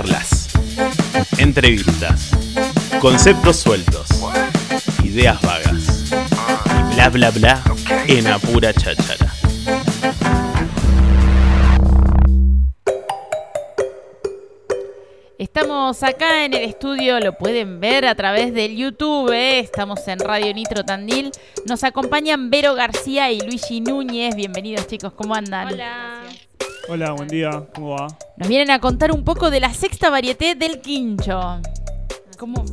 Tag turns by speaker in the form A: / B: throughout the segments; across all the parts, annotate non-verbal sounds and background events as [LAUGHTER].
A: Charlas, entrevistas, conceptos sueltos, ideas vagas y bla bla bla en apura cháchara.
B: Estamos acá en el estudio, lo pueden ver a través del YouTube, ¿eh? estamos en Radio Nitro Tandil. Nos acompañan Vero García y Luigi Núñez. Bienvenidos chicos, ¿cómo andan?
C: Hola.
D: Hola, buen día, ¿cómo va?
B: Nos vienen a contar un poco de la sexta varieté del quincho. ¿Cómo?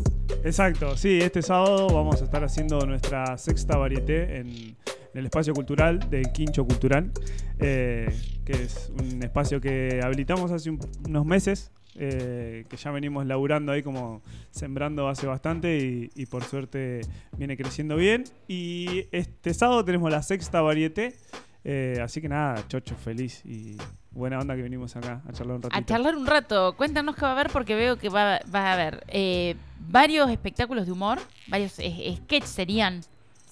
D: Exacto, sí, este sábado vamos a estar haciendo nuestra sexta varieté en, en el espacio cultural del Quincho Cultural, eh, que es un espacio que habilitamos hace un- unos meses, eh, que ya venimos laburando ahí como sembrando hace bastante y, y por suerte viene creciendo bien. Y este sábado tenemos la sexta varieté, eh, así que nada, chocho, feliz y buena onda que venimos acá a charlar un ratito.
B: A charlar un rato, cuéntanos qué va a haber porque veo que va, va a haber eh, varios espectáculos de humor, varios eh, sketch serían.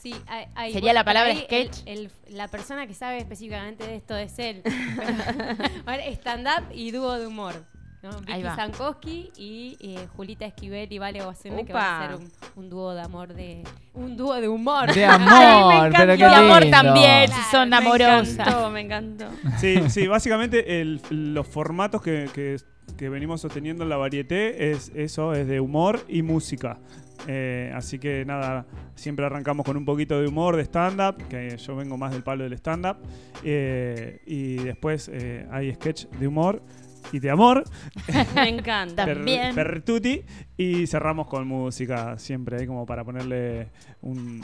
C: Sí, hay- hay-
B: Sería la
C: por
B: palabra
C: ahí
B: sketch.
C: el- el- la persona que sabe específicamente de esto
B: [LAUGHS]
C: es él. A ver, Stand-up y dúo de humor. ¿no?
B: Ahí
C: Vicky
B: va.
C: Zankowski y eh, Julita Esquivel y Vale Bocena, que
E: Opa.
C: van a hacer un, un dúo de amor de. Un dúo de humor.
F: De
C: [LAUGHS]
F: amor,
C: encanta.
F: pero
B: Y
F: qué
B: de amor
F: lindo.
B: también,
C: Claro,
B: si son
C: me
B: amorosas.
E: encantó, me encantó.
C: [LAUGHS]
D: Sí, sí, básicamente el- los formatos que, que- que venimos sosteniendo en la varieté es eso, es de humor y música. Eh, así que nada, siempre arrancamos con un poquito de humor, de stand-up, que yo vengo más del palo del stand-up. Eh, y después eh, hay sketch de humor y de amor,
E: Me encanta.
D: per,
B: También.
D: pertuti, y cerramos con música siempre, ahí como para ponerle un,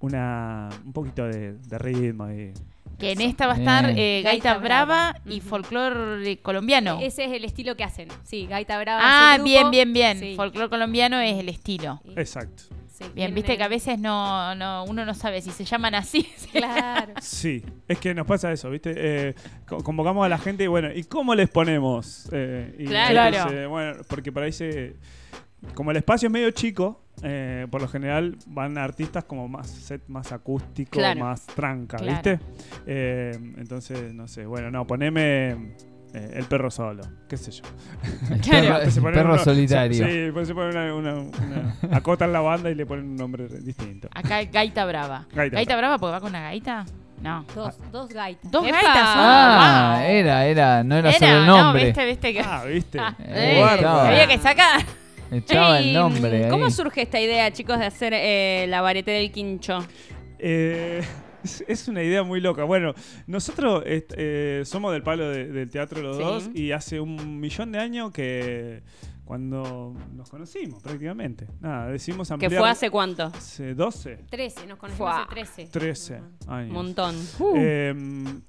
D: una- un poquito de, de ritmo. Y,
B: Que en esta va a estar
F: Bien.
B: eh, Gaita,
C: Gaita
B: Brava,
C: Brava.
B: y
C: Ujú.
B: folclore eh, colombiano.
C: E-, Ese es el estilo que hacen. Sí, Gaita Brava.
B: Ah,
C: es el
B: bien,
C: grupo.
B: bien, bien.
C: Sí.
B: Folclore colombiano es el estilo.
C: Sí,
D: exacto.
C: sí,
B: Bien,
C: vienen-
B: viste que a veces no, no, uno no sabe si se llaman así. [LAUGHS]
C: Claro.
D: Sí, es que nos pasa eso, ¿viste? Eh, co- convocamos a la gente y bueno, ¿y cómo les ponemos? Eh, y
B: Claro.
D: entonces, eh, bueno, porque por ahí se. Como el espacio es medio chico, eh, por lo general van artistas como más set más acústico,
E: Claro.
D: más tranca,
B: Claro.
D: ¿viste? Eh, entonces, no sé, bueno, no, poneme. eh, el perro solo, qué sé yo.
F: El
B: Claro.
F: perro,
D: Se
F: el
D: ponen
F: perro
D: uno-
F: solitario.
D: Sí, pues se ponen una, una- una- Acotan la banda y le ponen un nombre
B: [LAUGHS]
D: distinto.
B: Acá Gaita Brava.
D: Gaita
B: Gaita Brava porque va con una gaita. No.
C: Dos, dos gaitas.
B: Dos
E: Epa.
B: gaitas. son.
F: Ah,
B: Wow.
F: era, era, no era, solo el
B: no,
F: nombre.
B: viste, viste que
D: Ah, ¿viste?
F: Eh,
D: Guarda.
F: estaba-
B: había que sacar.
F: Echaba
E: Ey,
F: el nombre. ahí.
E: ¿Cómo surge esta idea, chicos, de hacer eh, la varieté del quincho?
D: Eh, [LAUGHS] es- es una idea muy loca. Bueno, nosotros est- eh, somos del palo de- del teatro los
E: Sí.
D: dos y hace un millón de años que cuando nos conocimos prácticamente. Nada, decidimos
E: ¿Que
D: ampliar.
E: fue hace cuánto?
D: hace 12,
C: 13, nos conocimos hace
E: Fuá.
C: 13.
D: 13
C: Ajá.
D: años.
E: Un montón.
D: Eh,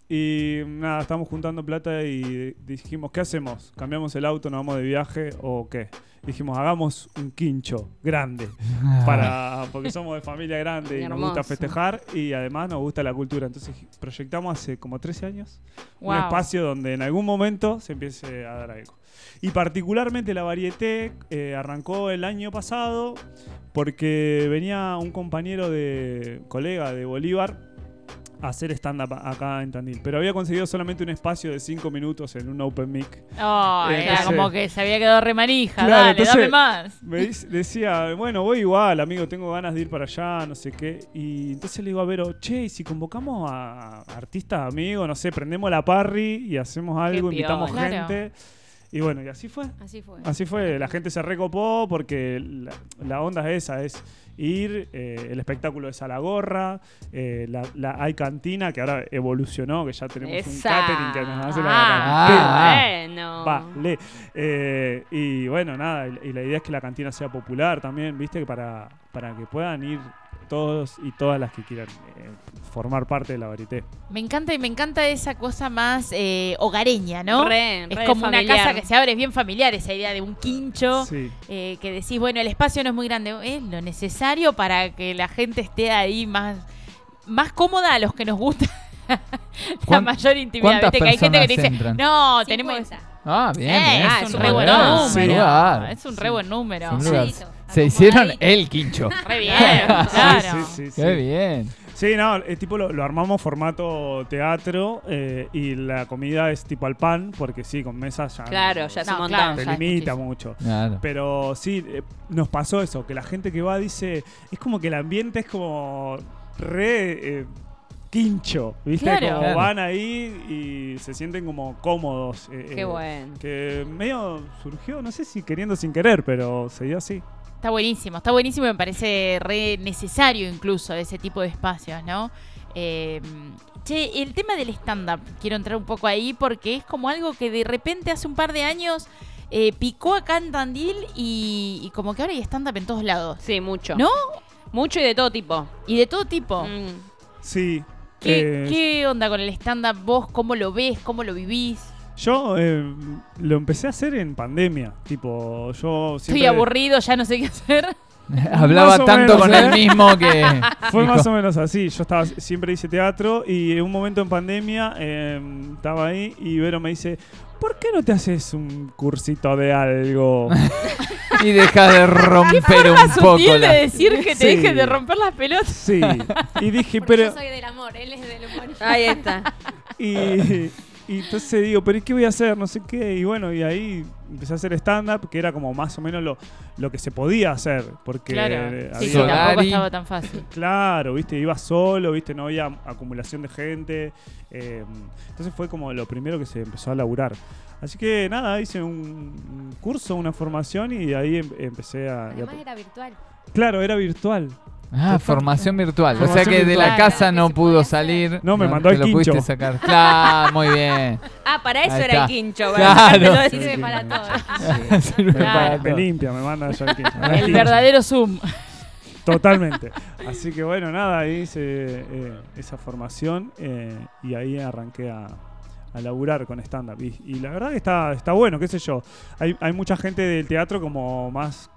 D: y nada, estamos juntando plata y dijimos, ¿qué hacemos? ¿Cambiamos el auto, nos vamos de viaje o qué? Dijimos, hagamos un quincho grande.
F: Ah,
D: para porque somos de familia grande y nos gusta
E: Hermoso.
D: festejar y además nos gusta la cultura. Entonces proyectamos hace como 13 años un
B: Wow.
D: espacio donde en algún momento se empiece a dar algo. Y particularmente la varieté eh, arrancó el año pasado porque venía un compañero de colega de Bolívar a hacer stand-up acá en Tandil, pero había conseguido solamente un espacio de 5 minutos en un open mic.
B: Oh,
D: Eh,
B: era
D: entonces-
B: como que se había quedado remanija.
D: Claro,
B: Dale,
D: entonces-
B: dame más.
D: Me dice- decía, bueno, voy igual, amigo, tengo ganas de ir para allá, no sé qué. Y entonces le digo a Vero, che, ¿y si convocamos a artistas, amigos, no sé, prendemos la parry y hacemos algo,
E: piola.
D: invitamos
B: Claro.
D: gente. Y bueno, y así fue.
C: Así fue.
D: Así fue, la gente se recopó porque la, la onda es esa, es ir, eh, el espectáculo es a la gorra, eh, la, la- hay cantina que ahora evolucionó, que ya tenemos
E: Esa.
D: un catering que nos hace la
B: Ah.
D: cantina.
E: Bueno.
D: Vale. Eh, y bueno, nada, y y la idea es que la cantina sea popular también, ¿viste? Que Para, para que puedan ir todos y todas las que quieran eh, formar parte de la varieté.
B: Me encanta y me encanta esa cosa más eh, hogareña, ¿no?
E: Re,
B: es
E: re
B: como una
E: familiar.
B: casa que se abre, es bien familiar esa idea de un quincho.
D: Sí.
B: eh, que decís, bueno, el espacio no es muy grande, es lo necesario para que la gente esté ahí más, más cómoda a los que nos gusta [LAUGHS] la
F: ¿Cuán-
B: mayor intimidad.
F: cuántas
B: Viste que hay gente que te dice,
F: personas entran?
B: no,
C: 50.
B: tenemos...
F: Ah,
B: Eh,
F: bien. bien.
E: ah,
B: es
E: sin
B: un re buen
E: lugar,
B: número.
D: sin
F: lugar.
B: Es un re buen número.
F: Sin lugar.
C: Acomodadito,
F: Se
B: [LAUGHS]
F: hicieron
C: acomodadito.
F: [LAUGHS] el quincho.
B: Re bien, claro.
D: Sí, sí, sí, sí.
F: Qué bien.
D: Sí, no, es tipo lo, lo armamos formato teatro eh, y la comida es tipo al pan, porque sí, con mesa ya.
E: Claro, ya es
B: No,
E: un montón.
B: claro,
D: Te
B: ya es
D: limita
B: muchísimo.
D: mucho.
F: Claro.
D: Pero sí, eh, nos pasó eso, que la gente que va dice, es como que el ambiente es como re eh, quincho, ¿viste?
B: Claro.
D: Como
F: Claro.
D: van ahí y se sienten como cómodos. eh,
E: Qué
D: eh,
E: bueno.
D: Que medio surgió, no sé si queriendo o sin querer, pero se dio así.
B: Está buenísimo, está buenísimo y me parece re necesario incluso ese tipo de espacios, ¿no? Eh, che, el tema del stand-up, quiero entrar un poco ahí porque es como algo que de repente hace un par de años eh, picó acá en Tandil y, y como que ahora hay stand-up en todos lados.
E: Sí, mucho.
B: ¿No? Oh.
E: Mucho y de todo tipo.
B: Y de todo tipo.
E: Mm.
D: Sí.
B: ¿Qué,
D: eh,
B: qué onda con el stand-up vos? ¿Cómo lo ves? ¿Cómo lo vivís?
D: Yo eh, lo empecé a hacer en pandemia. Tipo, yo siempre.
B: Estoy aburrido, ya no sé qué hacer. [LAUGHS]
F: [LAUGHS] Hablaba
D: o
F: tanto
D: menos,
F: con
D: ¿eh?
F: él mismo que.
D: [LAUGHS] Fue
F: dijo,
D: más o menos así. Yo estaba siempre hice teatro y en un momento en pandemia eh, estaba ahí y Vero me dice, ¿por qué no te haces un cursito de algo?
F: Y deja de romper un poco
B: Sutil de
F: la.
B: decir que te
D: Sí.
B: dejes de romper las pelotas.
D: Sí. Y dije,
C: Porque
D: pero...
C: yo soy del amor, él es del humor.
E: Ahí está.
D: Y, y entonces digo, pero ¿y qué voy a hacer? No sé qué. Y bueno, y ahí empecé a hacer stand-up, que era como más o menos lo, lo que se podía hacer. Porque eh,
B: Claro, sí,
D: había-
B: sí, tampoco
F: Solari.
B: estaba tan
D: [LAUGHS]
B: fácil.
D: Claro, viste, iba solo, viste, no había acumulación de gente. eh, entonces fue como lo primero que se empezó a laburar. Así que nada, hice un, un curso, una formación y de ahí em- empecé a...
C: Además era virtual.
D: Claro, era virtual.
F: Ah, formación virtual. o sea
D: Formación
F: que de la
D: virtual.
F: casa
C: Claro,
F: no
C: que se
F: pudo
C: podía
F: salir.
C: hacer.
D: No, me mandó
F: te
D: al
F: lo pudiste
D: quincho.
F: sacar. Claro, muy
D: [LAUGHS]
F: bien.
E: Ah, para eso
F: Ahí
E: era
F: está.
B: [LAUGHS]
E: el quincho.
F: Claro.
E: Claro.
C: Sirve para todo.
E: Ah.
F: [LAUGHS] Sirve
D: Me-
F: para
D: Me,
F: todo.
D: limpia, me manda ya el quincho. [LAUGHS]
B: El verdadero Zoom.
D: Totalmente. Así que bueno, nada, ahí hice eh, esa formación eh, y ahí arranqué a, a laburar con stand-up. Y, y la verdad que está, está bueno, qué sé yo. Hay, hay mucha gente del teatro como más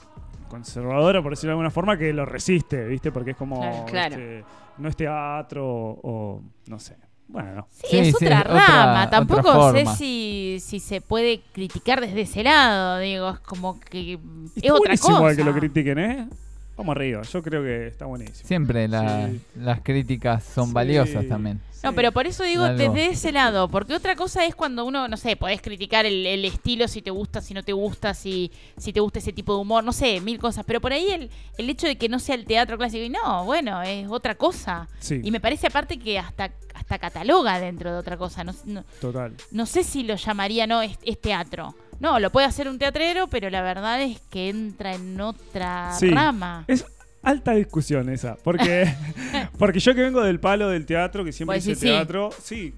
D: conservadora, por decirlo de alguna forma, que lo resiste, ¿viste? Porque es como,
B: Claro,
E: claro.
D: este, no es teatro o, o no sé. Bueno,
B: Sí,
F: Sí,
B: es
F: sí,
B: otra
F: es otra-
B: rama.
F: otra
B: Tampoco sé
F: forma.
B: si, si se puede criticar desde ese lado. Digo, es como que
D: Y
B: es otra
D: buenísimo
B: cosa.
D: que lo critiquen, ¿eh? Vamos arriba, yo creo que está buenísimo.
F: Siempre la-
D: Sí.
F: las críticas son
D: Sí,
F: valiosas también.
B: No,
D: sí.
B: pero por eso digo
F: Algo.
B: desde ese lado, porque otra cosa es cuando uno, no sé, podés criticar el, el estilo, si te gusta, si no te gusta, si, si te gusta ese tipo de humor, no sé, mil cosas, pero por ahí el, el hecho de que no sea el teatro clásico, y no, bueno, es otra cosa.
D: Sí,
B: Y me parece aparte que hasta, hasta cataloga dentro de otra cosa, no, no-
D: total.
B: no sé si lo llamaría, no, es, es teatro. No, lo puede hacer un teatrero, pero la verdad es que entra en otra
D: Sí.
B: rama.
D: Es alta discusión esa, porque,
B: [LAUGHS]
D: porque yo que vengo del palo del teatro, que siempre
B: Vos
D: hice
B: decís Pues sí.
D: teatro, sí.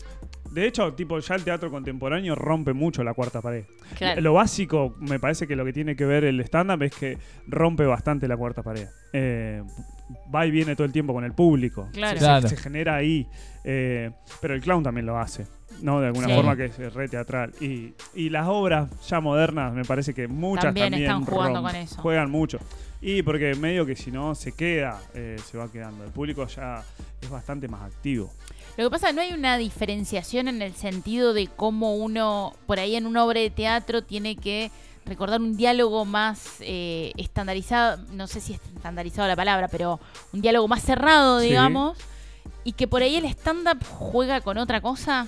D: De hecho, tipo, ya el teatro contemporáneo rompe mucho la cuarta pared.
E: Claro.
D: Lo básico, me parece que lo que tiene que ver el stand-up es que rompe bastante la cuarta pared. Eh, va y viene todo el tiempo con el público.
B: Claro.
D: Se, se-
F: Claro.
D: se genera ahí. Eh, pero el clown también lo hace, ¿no? De alguna
B: Sí.
D: forma que es re teatral. Y, y las obras ya modernas, me parece que muchas
B: También
D: también,
B: están jugando
D: rompen,
B: con eso.
D: Juegan mucho. Y porque medio que si no se queda, eh, se va quedando. El público ya es bastante más activo.
B: Lo que pasa es que no hay una diferenciación en el sentido de cómo uno, por ahí en una obra de teatro, tiene que recordar un diálogo más eh, estandarizado, no sé si es estandarizado la palabra, pero un diálogo más cerrado,
D: Sí.
B: digamos, y que por ahí el stand-up juega con otra cosa,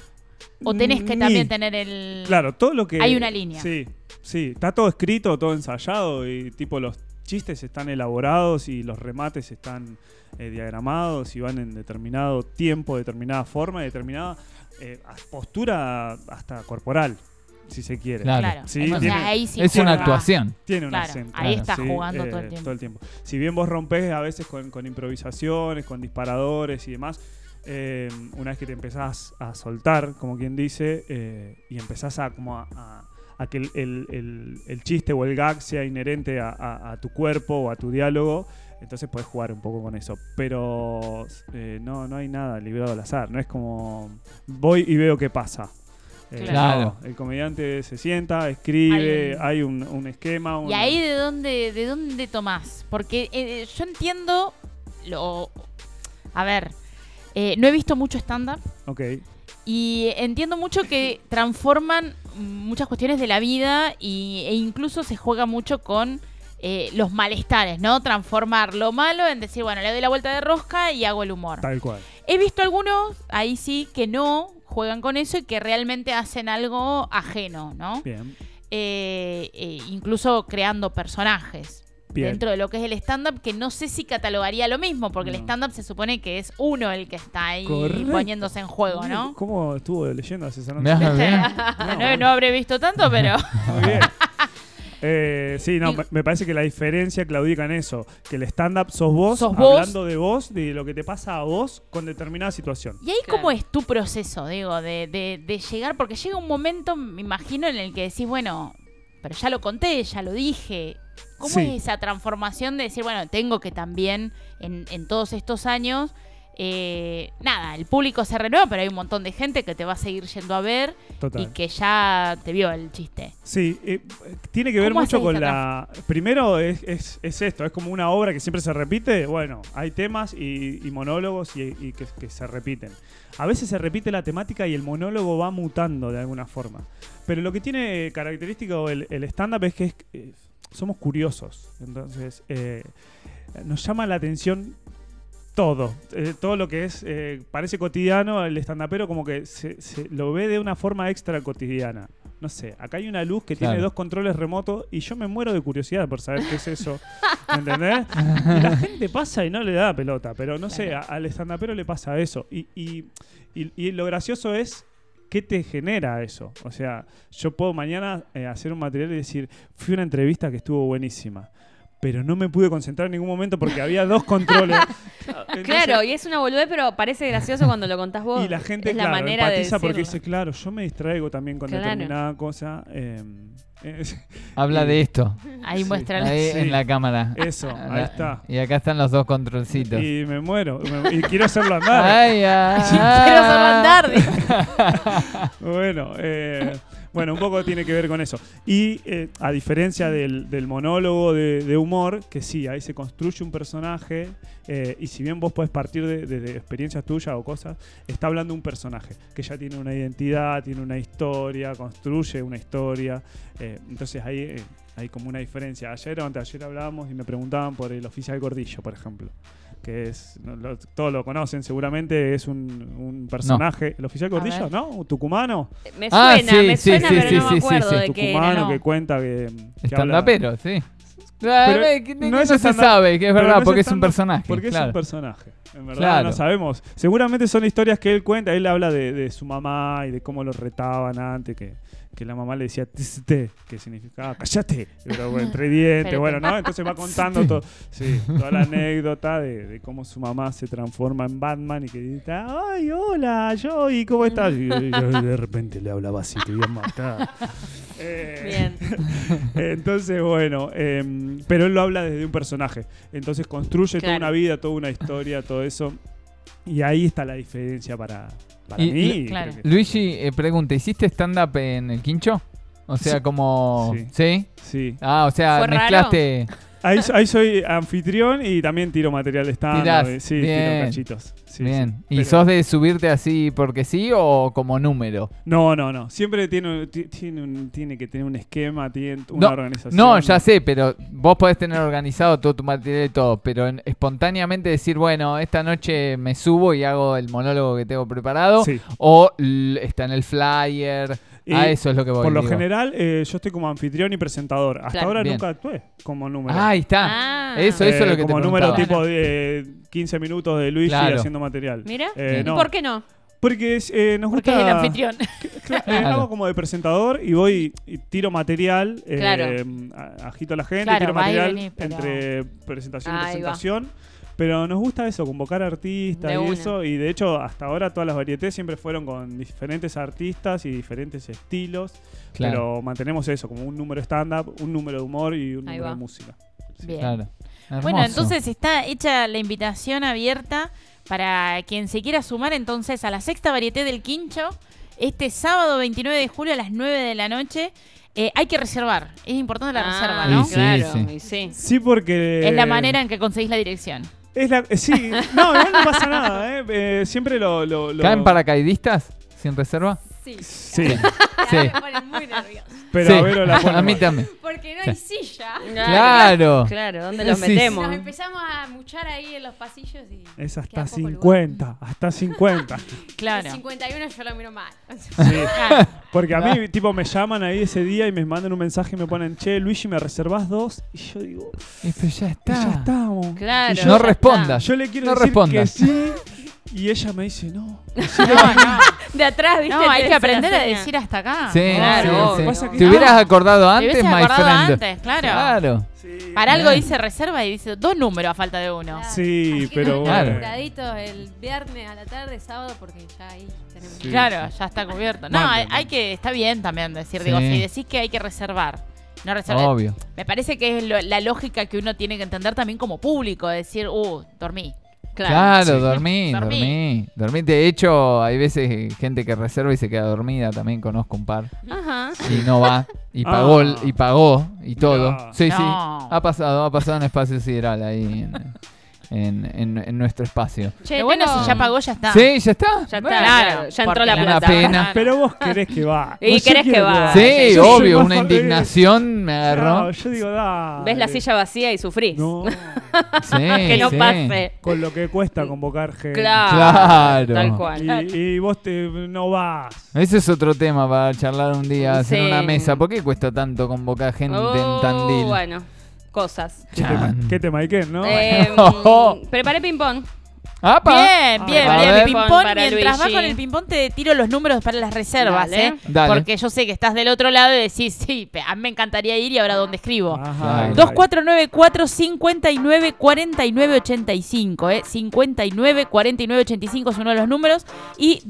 B: o tenés que
D: Ni-
B: también tener el...
D: Mm, Claro, todo lo que.
B: Hay una línea.
D: Sí, sí. Está todo escrito, todo ensayado y tipo los chistes están elaborados y los remates están eh, diagramados y van en determinado tiempo, determinada forma, determinada eh, postura hasta corporal, si se quiere.
F: Claro.
B: Claro.
D: Sí,
B: Entonces,
D: tiene-
B: ahí sí
F: Es
B: juega.
F: una actuación.
D: Tiene un
B: Claro,
D: acento.
B: ahí estás
D: sí, eh,
B: jugando todo el tiempo.
D: Si bien vos rompés a veces con, con improvisaciones, con disparadores y demás, eh, una vez que te empezás a soltar, como quien dice, eh, y empezás a como a, a- a que el, el- el- el chiste o el gag sea inherente a, a- a tu cuerpo o a tu diálogo, entonces podés jugar un poco con eso. Pero eh, no, no hay nada librado al azar. No es como voy y veo qué pasa. Eh,
F: Claro.
D: no, el comediante se sienta, escribe, hay un, un esquema. un-
B: Y ahí de dónde, de dónde tomás. Porque eh, yo entiendo lo. A ver, eh, no he visto mucho stand-up
D: Ok,
B: y entiendo mucho que transforman muchas cuestiones de la vida y, e incluso se juega mucho con eh, los malestares, ¿no? Transformar lo malo en decir, bueno, le doy la vuelta de rosca y hago el humor.
D: tal cual.
B: He visto algunos, ahí sí, que no juegan con eso y que realmente hacen algo ajeno, ¿no?
D: Bien,
B: Eh, eh, incluso creando personajes.
D: bien.
B: Dentro de lo que es el stand-up, que no sé si catalogaría lo mismo, porque el
D: No.
B: stand-up se supone que es uno el que está ahí
D: Correcto.
B: poniéndose en juego, ¿no?
D: ¿Cómo estuvo leyendo asesorando?
F: Me hace
B: [LAUGHS]
F: bien.
B: No, no habré visto tanto,
D: [LAUGHS]
B: pero.
D: Muy
B: [LAUGHS]
D: bien. Eh, sí, no,
B: Y-
D: me- me parece que la diferencia claudica en eso, que el stand-up sos vos
B: Sos vos.
D: hablando de vos y de lo que te pasa a vos con determinada situación.
B: ¿Y ahí
E: Claro.
B: cómo es tu proceso, digo, de, de- de llegar? Porque llega un momento, me imagino, en el que decís, bueno, pero ya lo conté, ya lo dije. ¿Cómo
D: Sí.
B: es esa transformación de decir, bueno, tengo que también, en, en todos estos años, eh, nada, el público se renueva, pero hay un montón de gente que te va a seguir yendo a ver
D: Total.
B: y que ya te vio el chiste.
D: Sí, eh, tiene que ver
B: ¿Cómo
D: mucho
B: haces
D: con
B: esta
D: la... Primero es, es- es esto, es como una obra que siempre se repite. Bueno, hay temas y, y monólogos y, y que, que se repiten. A veces se repite la temática y el monólogo va mutando de alguna forma. Pero lo que tiene característico el, el stand-up es que es- eh, somos curiosos. Entonces, eh, nos llama la atención todo. Eh, todo lo que es, eh, parece cotidiano, el estandapero como que se, se lo ve de una forma extra cotidiana. No sé, acá hay una luz que tiene
F: Claro.
D: dos controles remotos y yo me muero de curiosidad por saber qué es eso. ¿Entendés? Y la gente pasa y no le da pelota, pero no sé, a- al estandapero le pasa eso. Y, y, y- y lo gracioso es qué te genera eso. O sea, yo puedo mañana eh, hacer un material y decir, fui a una entrevista que estuvo buenísima. Pero no me pude concentrar en ningún momento porque había
E: [LAUGHS]
D: dos controles. Entonces,
E: claro, y es una boludez, pero parece gracioso cuando lo contás vos.
D: y la gente,
E: es la
D: claro,
E: manera de
D: empatiza porque
E: decirlo.
D: dice, claro, yo me distraigo también con
E: Claro.
D: determinada cosa. eh, es-
F: Habla de esto.
B: Ahí
D: Sí.
B: muestra [LAUGHS] la-
F: Ahí
D: Sí.
F: en la cámara.
D: Eso, ahí está.
F: Y acá están los dos controlcitos.
D: [LAUGHS] y me muero. me- Y quiero
E: [LAUGHS]
D: hacerlo andar.
F: Ay, ay,
B: [LAUGHS] Quiero hacerlo
F: Ah.
B: andar, digo.
D: Bueno, eh, bueno, un poco tiene que ver con eso. Y eh, a diferencia del, del monólogo de, de humor, que sí, ahí se construye un personaje eh, y si bien vos podés partir de, de- de experiencias tuyas o cosas, está hablando un personaje que ya tiene una identidad, tiene una historia, construye una historia. eh, entonces ahí eh, hay como una diferencia. Ayer o anteayer hablábamos y me preguntaban por el oficial Gordillo, por ejemplo. Que es, no, lo- todos lo conocen seguramente, es un, un personaje. ¿El oficial Gordillo,
B: ver.
D: no? ¿Un tucumano?
E: Me
F: Ah,
E: suena,
F: sí,
E: me
F: sí,
E: suena,
F: sí,
E: pero
F: sí,
E: no me
F: sí, sí,
E: acuerdo
F: sí.
E: de qué era.
D: tucumano
E: no.
D: que cuenta que, que habla-
F: Estandapero, sí. Ah,
D: Pero
F: ve, que- que
D: no
F: no
D: es
F: se
D: estanda-
F: sabe, que es
D: Pero
F: verdad,
D: no
F: porque es un
D: stand-up,
F: personaje.
D: Porque es
F: claro.
D: un personaje. En verdad,
F: Claro.
D: no sabemos. Seguramente son historias que él cuenta. Él habla de, de su mamá y de cómo lo retaban antes, que, que la mamá le decía tiste, que significaba callate, pero bueno,
E: [LAUGHS]
D: entre dientes,
B: Pero
D: bueno,
B: te-
D: ¿no? Entonces va contando todo, sí, toda la anécdota de, de cómo su mamá se transforma en Batman y que dice, ay, hola, Joey, ¿cómo estás? Y, y- y de repente le hablaba así, te voy
E: [LAUGHS]
D: a matar. Eh,
F: [LAUGHS]
E: Bien.
D: entonces, bueno, em, pero él lo habla desde un personaje. Entonces construye toda
E: Claro.
D: una vida, toda una historia, todo eso. Y ahí está la diferencia para, para
F: Y-
D: mí.
F: y-
D: creo
B: Claro.
D: que-
F: Luigi, eh, pregunta, ¿hiciste stand-up en el quincho? O sea,
D: Sí.
F: como...
D: Sí.
F: Sí.
D: Sí.
F: Ah, o sea,
E: ¿Fue raro?
F: mezclaste...
D: Ahí, ahí soy anfitrión y también tiro material estándar.
F: Tirás.
D: Sí, tiro
F: Bien.
D: cachitos. Sí,
F: Bien.
D: sí.
F: ¿Y
D: Pero-
F: sos de subirte así porque sí o como número?
D: No, no, no. Siempre tiene, un- ti- tiene, un- tiene que tener un esquema, tiene una
F: No,
D: organización.
F: No, ya sé, pero vos podés tener organizado todo tu material y todo, pero en- espontáneamente decir, bueno, esta noche me subo y hago el monólogo que tengo preparado,
D: Sí.
F: o l- está en el flyer,
D: Y
F: a eso es lo que voy
D: Por lo
F: digo.
D: general, eh, yo estoy como anfitrión y presentador. Hasta
E: Claro.
D: ahora
F: Bien.
D: nunca actué como número.
F: Ah, ahí está.
E: Ah,
F: Eso, eso es
D: Eh,
F: lo que te
D: Como número
F: preguntaba.
D: tipo de eh, 15 minutos de Luigi
F: Claro.
D: haciendo material.
E: Mira.
D: Eh,
E: ¿Y
D: no,
E: por qué no?
D: Porque es, eh, nos
B: Porque
D: gusta.
B: es el anfitrión.
D: [LAUGHS] Claro, eh,
F: Claro.
D: hago como de presentador y voy y tiro material. eh,
E: Claro.
D: a- Agito a la gente,
B: Claro,
D: tiro
B: va y
D: material
B: venís, pero-
D: entre presentación y
E: Ahí va.
D: presentación. Pero nos gusta eso, convocar artistas
E: De
D: y
E: una.
D: eso. Y de hecho, hasta ahora todas las varietés siempre fueron con diferentes artistas y diferentes estilos.
F: Claro,
D: Pero mantenemos eso, como un número stand-up, un número de humor y un
E: Ahí
D: número
E: va.
D: de música.
B: Bien.
F: claro.
B: Bueno,
F: Hermoso.
B: entonces está hecha la invitación abierta para quien se quiera sumar entonces a la sexta varieté del Quincho, este sábado 29 de julio a las 9 de la noche. Eh, hay que reservar, es importante la reserva,
E: Ah,
B: ¿no?
F: Y sí,
E: Claro,
F: sí.
E: y sí.
D: Sí, porque.
B: Es la manera en que conseguís la dirección.
D: Es la, eh, sí, no, igual no pasa nada, ¿eh? Eh, siempre lo... lo- lo-
F: ¿Caen paracaidistas sin reserva?
C: Sí.
D: Sí,
C: Ahora
F: Sí.
C: me ponen muy nerviosa.
D: pero
F: Sí,
D: a Vero la pone
F: [LAUGHS] a mí
D: mal.
F: también.
C: Porque no hay silla.
F: Claro.
E: Claro, ¿dónde los
F: Sí, sí.
E: metemos?
C: Nos empezamos a muchar ahí en los pasillos y.
D: Es
C: queda
D: hasta
C: poco lugar.
D: 50, hasta 50.
B: Claro.
C: 51 yo lo miro mal.
B: Claro.
E: Ah.
D: Porque a mí, tipo, me llaman ahí ese día y me mandan un mensaje y me ponen, che, Luigi, ¿me reservás dos? Y yo digo,
F: Y pero ya
D: "Y
F: está.
D: ya estamos.
E: Claro.
F: no
E: ya
F: respondas.
D: Yo le quiero
F: No
D: decir que
F: respondas.
D: sí. Y ella me dice, no.
B: No, no,
E: está. De atrás, viste.
B: no, hay
E: Te
B: que
E: hace
B: aprender
E: la
B: a
E: seña.
B: decir hasta acá.
F: Sí,
E: Claro,
F: sí, sí.
E: obvio. Pasa
D: que
F: Te
D: no.
F: hubieras acordado
B: Te
F: antes,
B: hubieses
F: my
B: acordado
F: friend.
B: antes, claro.
F: Claro.
D: Sí,
B: Para algo dice reserva y dice dos números a falta de uno.
D: Sí, pero
F: Claro.
D: bueno.
C: Curaditos el viernes a la tarde, sábado, porque ya ahí tenemos.
D: Sí.
B: Claro, ya está cubierto. No,
D: Manda,
B: hay,
D: manda.
B: hay que, está bien también decir, digo,
F: Sí.
B: si decís que hay que reservar, no reservar.
F: Obvio.
B: Me parece que es lo- la lógica que uno tiene que entender también como público, decir, uh, dormí.
F: Claro,
B: Sí.
F: dormí,
B: Dormí.
F: dormí, dormí. De hecho, hay veces gente que reserva y se queda dormida. También conozco un par.
E: Ajá.
F: Y no va. Y
D: Ah.
F: pagó, y pagó, y todo.
D: No.
F: Sí, sí.
B: No.
F: Ha pasado, ha pasado en espacio sideral ahí. En, en- en- en nuestro espacio.
E: Che,
B: lo bueno
E: tengo-
B: si ya pagó, ya está.
F: Sí, ya está.
E: Ya está,
F: Bueno.
E: claro.
B: porque
E: Ya entró la
F: me da
E: plata.
F: pena.
D: Pero vos querés que va.
E: Y
D: Vos sí
E: querés que
D: querés
E: va.
F: Sí,
E: Yo
D: soy
F: obvio,
D: más
F: una
D: fan de-
F: indignación me agarró.
D: Claro, yo digo, da.
E: [LAUGHS] Ves la silla vacía y sufrís.
D: No.
F: Sí,
E: [LAUGHS] Que no
F: sí.
E: pase.
D: Con lo que cuesta convocar gente.
E: Claro.
F: Claro.
E: Tal cual.
D: Y, y vos te, no vas.
F: Ese es otro tema para charlar un día, hacer
E: Sí.
F: una mesa. ¿Por qué cuesta tanto convocar gente
E: Oh,
F: en Tandil?
E: Bueno, cosas.
D: ¿Qué tema?
F: Chan.
D: ¿Qué tema hay que, no?
E: Eh,
F: Oh. [LAUGHS]
E: preparé ping-pong.
F: ¡Apa!
B: Bien, bien,
F: A
B: bien.
F: ver.
B: Ping-pong,
E: Para
B: mientras vas
E: Luigi.
B: con el ping-pong te tiro los números para las reservas,
E: Dale.
B: ¿eh?
F: Dale.
B: Porque yo sé que estás del otro lado y decís, sí, pe- a mí me encantaría ir y ahora dónde
F: Ah.
B: escribo.
D: Ajá.
F: Claro.
B: 2494-594985, ¿eh? 594985 es uno de los números. Y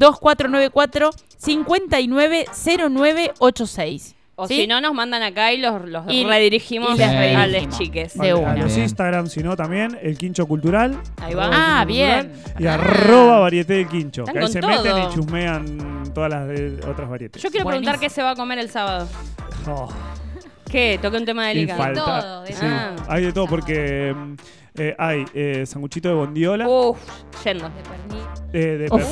B: 2494-590986.
E: O
B: ¿Sí?
E: si no, nos mandan acá y los, los
B: Y-
E: redirigimos
B: y les
E: a
B: redirigimos.
E: los chiques.
B: De
D: A-
B: una.
D: A los
F: Bien.
D: Instagram, sino también el Quincho Cultural.
E: Ahí va.
D: arroba
B: Ah,
D: el Quincho
B: bien.
D: Cultural, Y
B: Ah.
D: arroba varieté del Quincho.
E: Están
D: Que ahí
E: con
D: se
E: todo.
D: meten y chusmean todas las de- otras varietés.
E: Yo quiero preguntar
B: Buenísimo.
E: qué se va a comer el sábado.
D: Oh,
E: ¿Qué? Toqué un tema
D: y
E: delicado.
D: falta-
C: todo, de
D: sí,
E: todo.
D: Hay de todo porque mm, eh, hay eh, sanguchito de bondiola,
E: Oh. Uf, yendo.
C: De pernil.
D: eh, de per-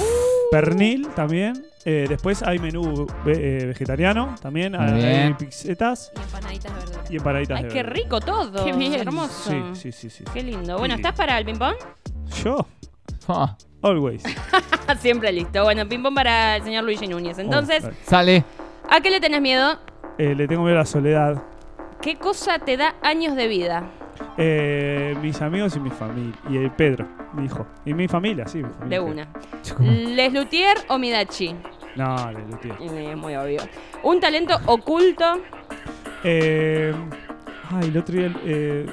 D: pernil también. eh, después hay menú ve- eh, vegetariano también.
F: Muy
D: Hay
F: bien.
D: pizzetas
C: y empanaditas de verduras.
D: y empanaditas
E: Ay,
D: de
E: qué
D: verdura.
E: rico todo.
B: Qué bien.
E: Hermoso.
D: Sí, sí, sí, sí.
E: Qué lindo. Bueno,
D: Sí.
E: ¿estás para el ping-pong? [LAUGHS]
D: Yo,
F: Ah,
D: always.
E: Ah, Siempre listo. Bueno, ping-pong para el señor Luigi Núñez. [LAUGHS] Entonces,
D: Oh,
F: sale.
E: ¿a qué le tenés miedo?
D: eh, le tengo miedo a la soledad.
E: ¿Qué cosa te da años de vida?
D: Eh, mis amigos y mi familia. Y el Pedro, mi hijo. Y mi familia, sí. mi familia.
E: De
D: [LAUGHS]
E: una. ¿Les Luthier o Midachi?
D: No, le lo tiro.
E: Eh, Es muy obvio. ¿Un talento oculto?
D: Eh, ay, el otro día. eh,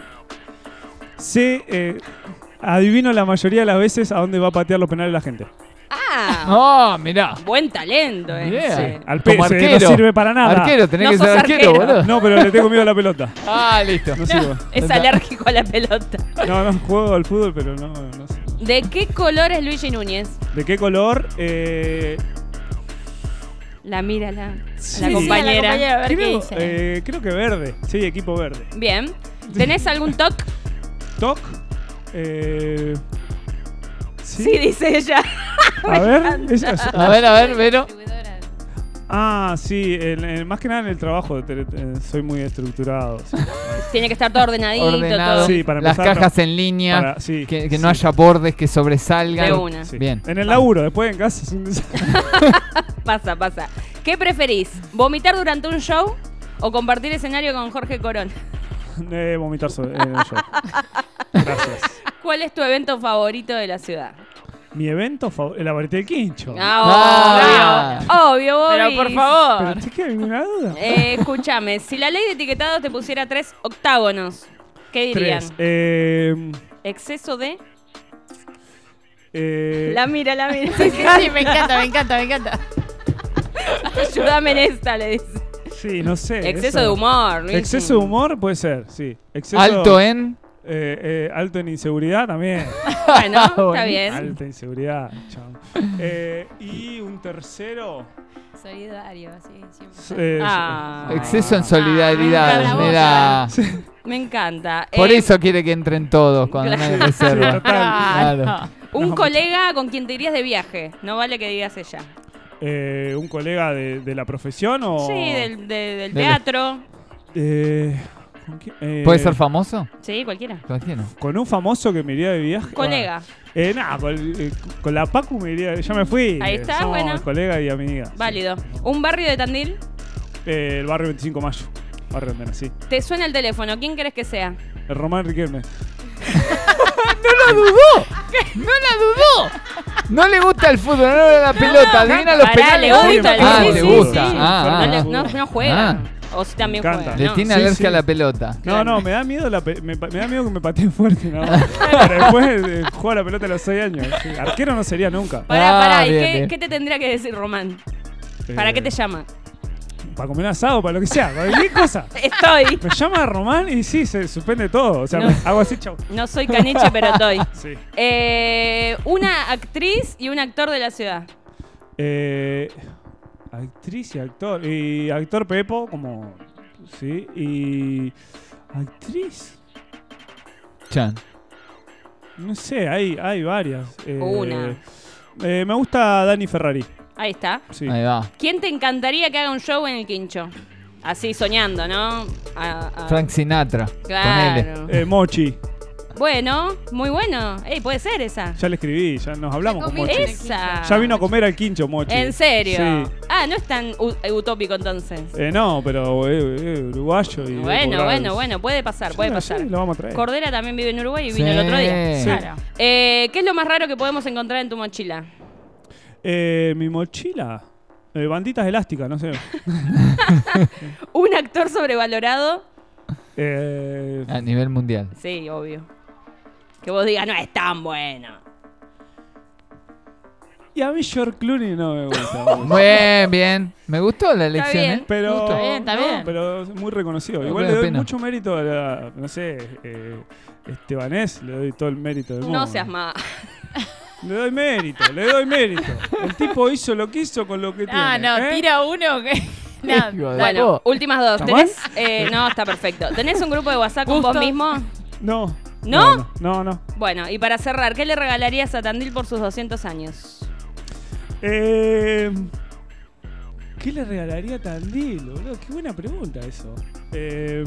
D: sé. eh, adivino la mayoría de las veces a dónde va a patear los penales la gente.
E: ¡Ah!
F: ¡Oh, mirá!
E: [LAUGHS] Buen talento, eh.
F: Bien.
E: Sí.
D: Al
F: Como
D: pez, eh,
F: arquero.
D: no sirve para nada.
F: Arquero, tenés
E: No
F: que ser
E: sos
F: arquero,
E: arquero.
F: boludo.
D: No, pero le tengo miedo a la pelota.
F: Ah, listo.
E: [LAUGHS]
D: No sirvo.
E: Es alérgico a la pelota.
D: No, no juego al fútbol, pero no, no sé.
E: ¿De qué color es Luigi Núñez?
D: ¿De qué color? Eh,
E: La mírala.
D: sí.
E: La compañera.
B: a ver qué
D: Creo,
B: dice.
D: eh, creo que verde. Sí, equipo verde.
E: Bien. ¿Tenés algún toque?
D: Toc. Eh, sí.
E: Sí, dice ella.
D: a ver. ella es-
F: A ver, a ver, Vero.
C: Distribuidora.
D: ah, sí. en- en- más que nada en el trabajo. te- eh, soy muy estructurado. sí.
E: Tiene que estar todo ordenadito,
F: Ordenado.
E: todo.
D: Sí, para
F: Las
D: empezar,
F: cajas en línea.
D: Para- sí,
F: que que
D: sí.
F: no haya bordes que sobresalgan.
E: De una.
D: Sí.
F: Bien.
D: En el laburo, después en casa es un desastre.
E: Pasa, pasa. ¿Qué preferís? ¿Vomitar durante un show o compartir escenario con Jorge Corón?
D: [LAUGHS] Eh, vomitar sobre en el show. Gracias.
E: ¿Cuál es tu evento favorito de la ciudad?
D: Mi evento favorito, la varita del quincho.
E: Ah, obvio. Obvio,
B: Pero
E: Boris.
B: por favor.
D: Pero ¿te queda alguna duda?
E: Eh, escúchame, si la ley de etiquetado te pusiera tres octágonos, ¿qué dirían?
D: Tres. Eh,
E: Exceso de.
D: eh,
E: La mira, la mira.
B: Sí, [LAUGHS] sí, me encanta, me encanta, me encanta.
E: Ayúdame en esta, le dice.
D: Sí, no sé.
E: Exceso
D: eso.
E: de humor, Luis.
D: Exceso de humor puede ser, sí. Exceso,
F: Alto en.
D: eh, eh, alto en inseguridad también.
F: [LAUGHS]
E: Bueno, está
F: Bonito.
E: bien.
D: Alta inseguridad, chao. Eh, y un tercero.
C: Solidario, así, siempre.
D: s- eh,
E: Ah.
D: s-
F: Exceso en
E: Ah,
F: solidaridad.
E: nunca la
F: Mirá.
E: Me encanta.
F: Por
E: Eh,
F: eso quiere que entren todos cuando no hay
D: Sí,
E: [LAUGHS]
F: reserva.
D: total.
F: Claro.
E: Un colega con quien te irías de viaje. No vale que digas ella.
D: eh, un colega de, de la profesión
F: Oh.
D: o...?
E: Sí, del, de- del
F: Del-
E: teatro.
D: Eh, ¿con quién? Eh,
F: ¿Puede ser famoso?
E: Sí, cualquiera.
F: Cualquiera.
D: Con un famoso que me iría de viaje.
E: Colega.
D: Ah, eh, nada, con, eh, con la Pacu me iría. Ya me fui.
E: Ahí está,
D: Somos
E: bueno.
D: colega y amiga.
E: Válido. Un barrio de Tandil.
D: Eh, el barrio 25 de mayo. Barrio donde nací.
E: Te suena el teléfono. ¿Quién crees que sea?
D: El Román Riquelme.
B: ¡No la dudó!
F: No le gusta el fútbol, no le gusta la pelota. Adivina los
E: Pará,
F: penales.
E: le gusta,
F: Ah,
E: le- sí,
F: le
E: sí,
F: gusta.
E: sí.
F: Ah,
E: No, le-
F: ah.
E: no, no juega.
F: Ah.
E: O si también
D: Me
E: juega.
D: encanta.
F: Le
E: ¿no?
F: tiene
D: Sí,
F: alergia
D: sí.
F: a la pelota.
D: No, no, me da miedo la pe- me, pa- me da miedo que me pateen fuerte,
E: [LAUGHS]
D: ¿no? Pero después eh, juego a la pelota a los 6 años. sí. Arquero no sería nunca.
E: Pará,
F: Ah,
E: pará. ¿Y
F: bien,
E: qué,
F: bien.
E: qué te tendría que decir Román? ¿Para
D: Eh,
E: qué te llama?
D: Para comer asado, para lo que sea, cualquier cosa.
E: Estoy.
D: Me llama Román y sí, se suspende todo. O sea,
E: No.
D: me- hago así, chau.
E: No soy caniche, pero estoy.
D: Sí.
E: Eh, una actriz y un actor de la ciudad.
D: Eh, actriz y actor. Y actor Pepo, como. Sí. Y. Actriz.
F: Chan.
D: No sé, hay, hay varias. Eh,
E: Una.
D: eh, me gusta Dani Ferrari.
E: Ahí está.
D: Sí.
F: Ahí va.
E: ¿Quién te encantaría que haga un show en el quincho? Así soñando, ¿no? A- a-
F: Frank Sinatra. Ponele.
E: Claro.
D: Eh, Mochi.
E: Bueno, muy bueno. Ey, puede ser esa.
D: Ya le escribí, ya nos hablamos con
C: comí
D: Mochi.
C: ese.
E: Esa.
D: Ya vino a comer al quincho, Mochi.
E: ¿En serio?
D: Sí.
E: Ah, no es tan u- utópico entonces.
D: Eh, no, pero eh, eh, uruguayo y.
E: Bueno,
D: por-
E: bueno, bueno, puede pasar, puede
D: Sí,
E: pasar.
D: lo vamos a traer.
E: Cordera también vive en Uruguay y vino
F: Sí.
E: el otro día.
F: Sí.
B: Claro.
E: Eh, ¿Qué es lo más raro que podemos encontrar en tu mochila?
D: Eh, mi mochila. Eh, banditas elásticas, no
E: [LAUGHS]
D: sé.
E: ¿Un actor sobrevalorado?
D: Eh,
F: A nivel mundial.
E: Sí, obvio. Que vos digas, no es tan bueno.
D: y a mí George Clooney no me gusta. mucho.
F: [LAUGHS] Bien, bien. Me gustó la elección,
E: bien.
F: ¿eh?
D: Pero,
B: Justo. Está bien, está
D: no,
B: bien.
D: pero es muy reconocido.
F: Pero
D: Igual le
F: vale la
D: doy
F: pena.
D: mucho mérito a la, no sé, eh, Estebanés, le doy todo el mérito del mundo.
E: No seas más.
D: Le doy mérito, le doy mérito. El tipo hizo lo que hizo con lo que tiene.
B: Ah, no,
D: ¿eh?
B: tira uno que. [LAUGHS] Nada.
F: Hijo de
E: Bueno,
F: vos.
E: últimas dos.
D: ¿Está mal?
E: ¿Tenés? eh, no, está perfecto. ¿Tenés un grupo de WhatsApp con vos
B: Gusto.
E: mismo?
D: No.
E: ¿No?
D: No, no. no.
E: Bueno, y para cerrar, ¿qué le regalarías a Tandil por sus 200 años?
D: Eh, ¿Qué le regalaría a Tandil, boludo? Qué buena pregunta eso. Eh,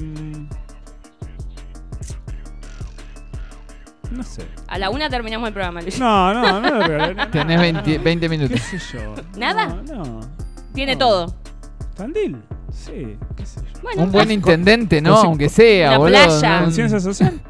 D: no sé.
E: A la una terminamos el programa, Luis.
D: No, no, no le regalaría.
F: [LAUGHS] Tenés
D: nada.
F: 20, 20
D: ¿Qué
F: minutos.
D: sé yo?
E: ¿Nada?
D: No, no.
E: Tiene
D: no.
E: todo.
D: Tandil, sí, qué sé yo.
E: [LAUGHS] Bueno,
F: Un buen intendente, ¿no?
D: con-
F: Aunque sea,
E: Una
F: boludo.
E: playa.
F: ¿no?
D: ¿Conciencia social?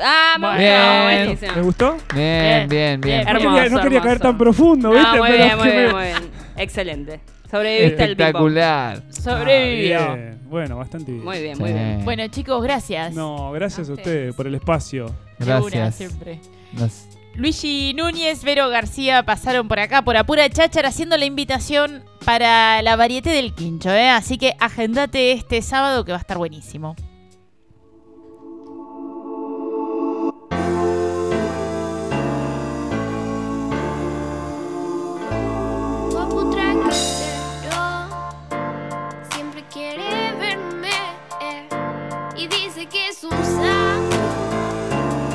E: Ah, me gustó,
F: Bien.
E: buenísimo.
D: ¿Te gustó?
E: Eh,
F: Bien, bien, bien.
E: Hermoso,
D: no quería, no quería
E: hermoso.
D: caer tan profundo, ¿viste?
E: No, muy
D: Pero
E: bien, muy
D: que me-
E: bien, muy bien. Excelente. Sobreviviste al ping-pong.
F: Espectacular.
E: Sobrevivió.
D: Ah, bien. Bueno, bastante bien.
E: Muy bien, muy bien.
F: Sí.
B: Bueno, chicos, gracias.
D: No, gracias a
C: A
D: ustedes por el espacio.
B: De una,
F: gracias.
B: siempre.
F: Nos-
B: Luigi Núñez, Vero García pasaron por acá, por Apura Cháchara, haciendo la invitación para la varieté del quincho, ¿eh? Así que agendate este sábado que va a estar buenísimo.
G: Otra siempre quiere verme eh, y dice que es un sapo,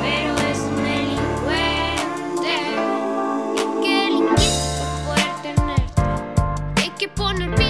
G: pero es un delincuente. Y qué liquidez poder tenerte. Hay que poner uh,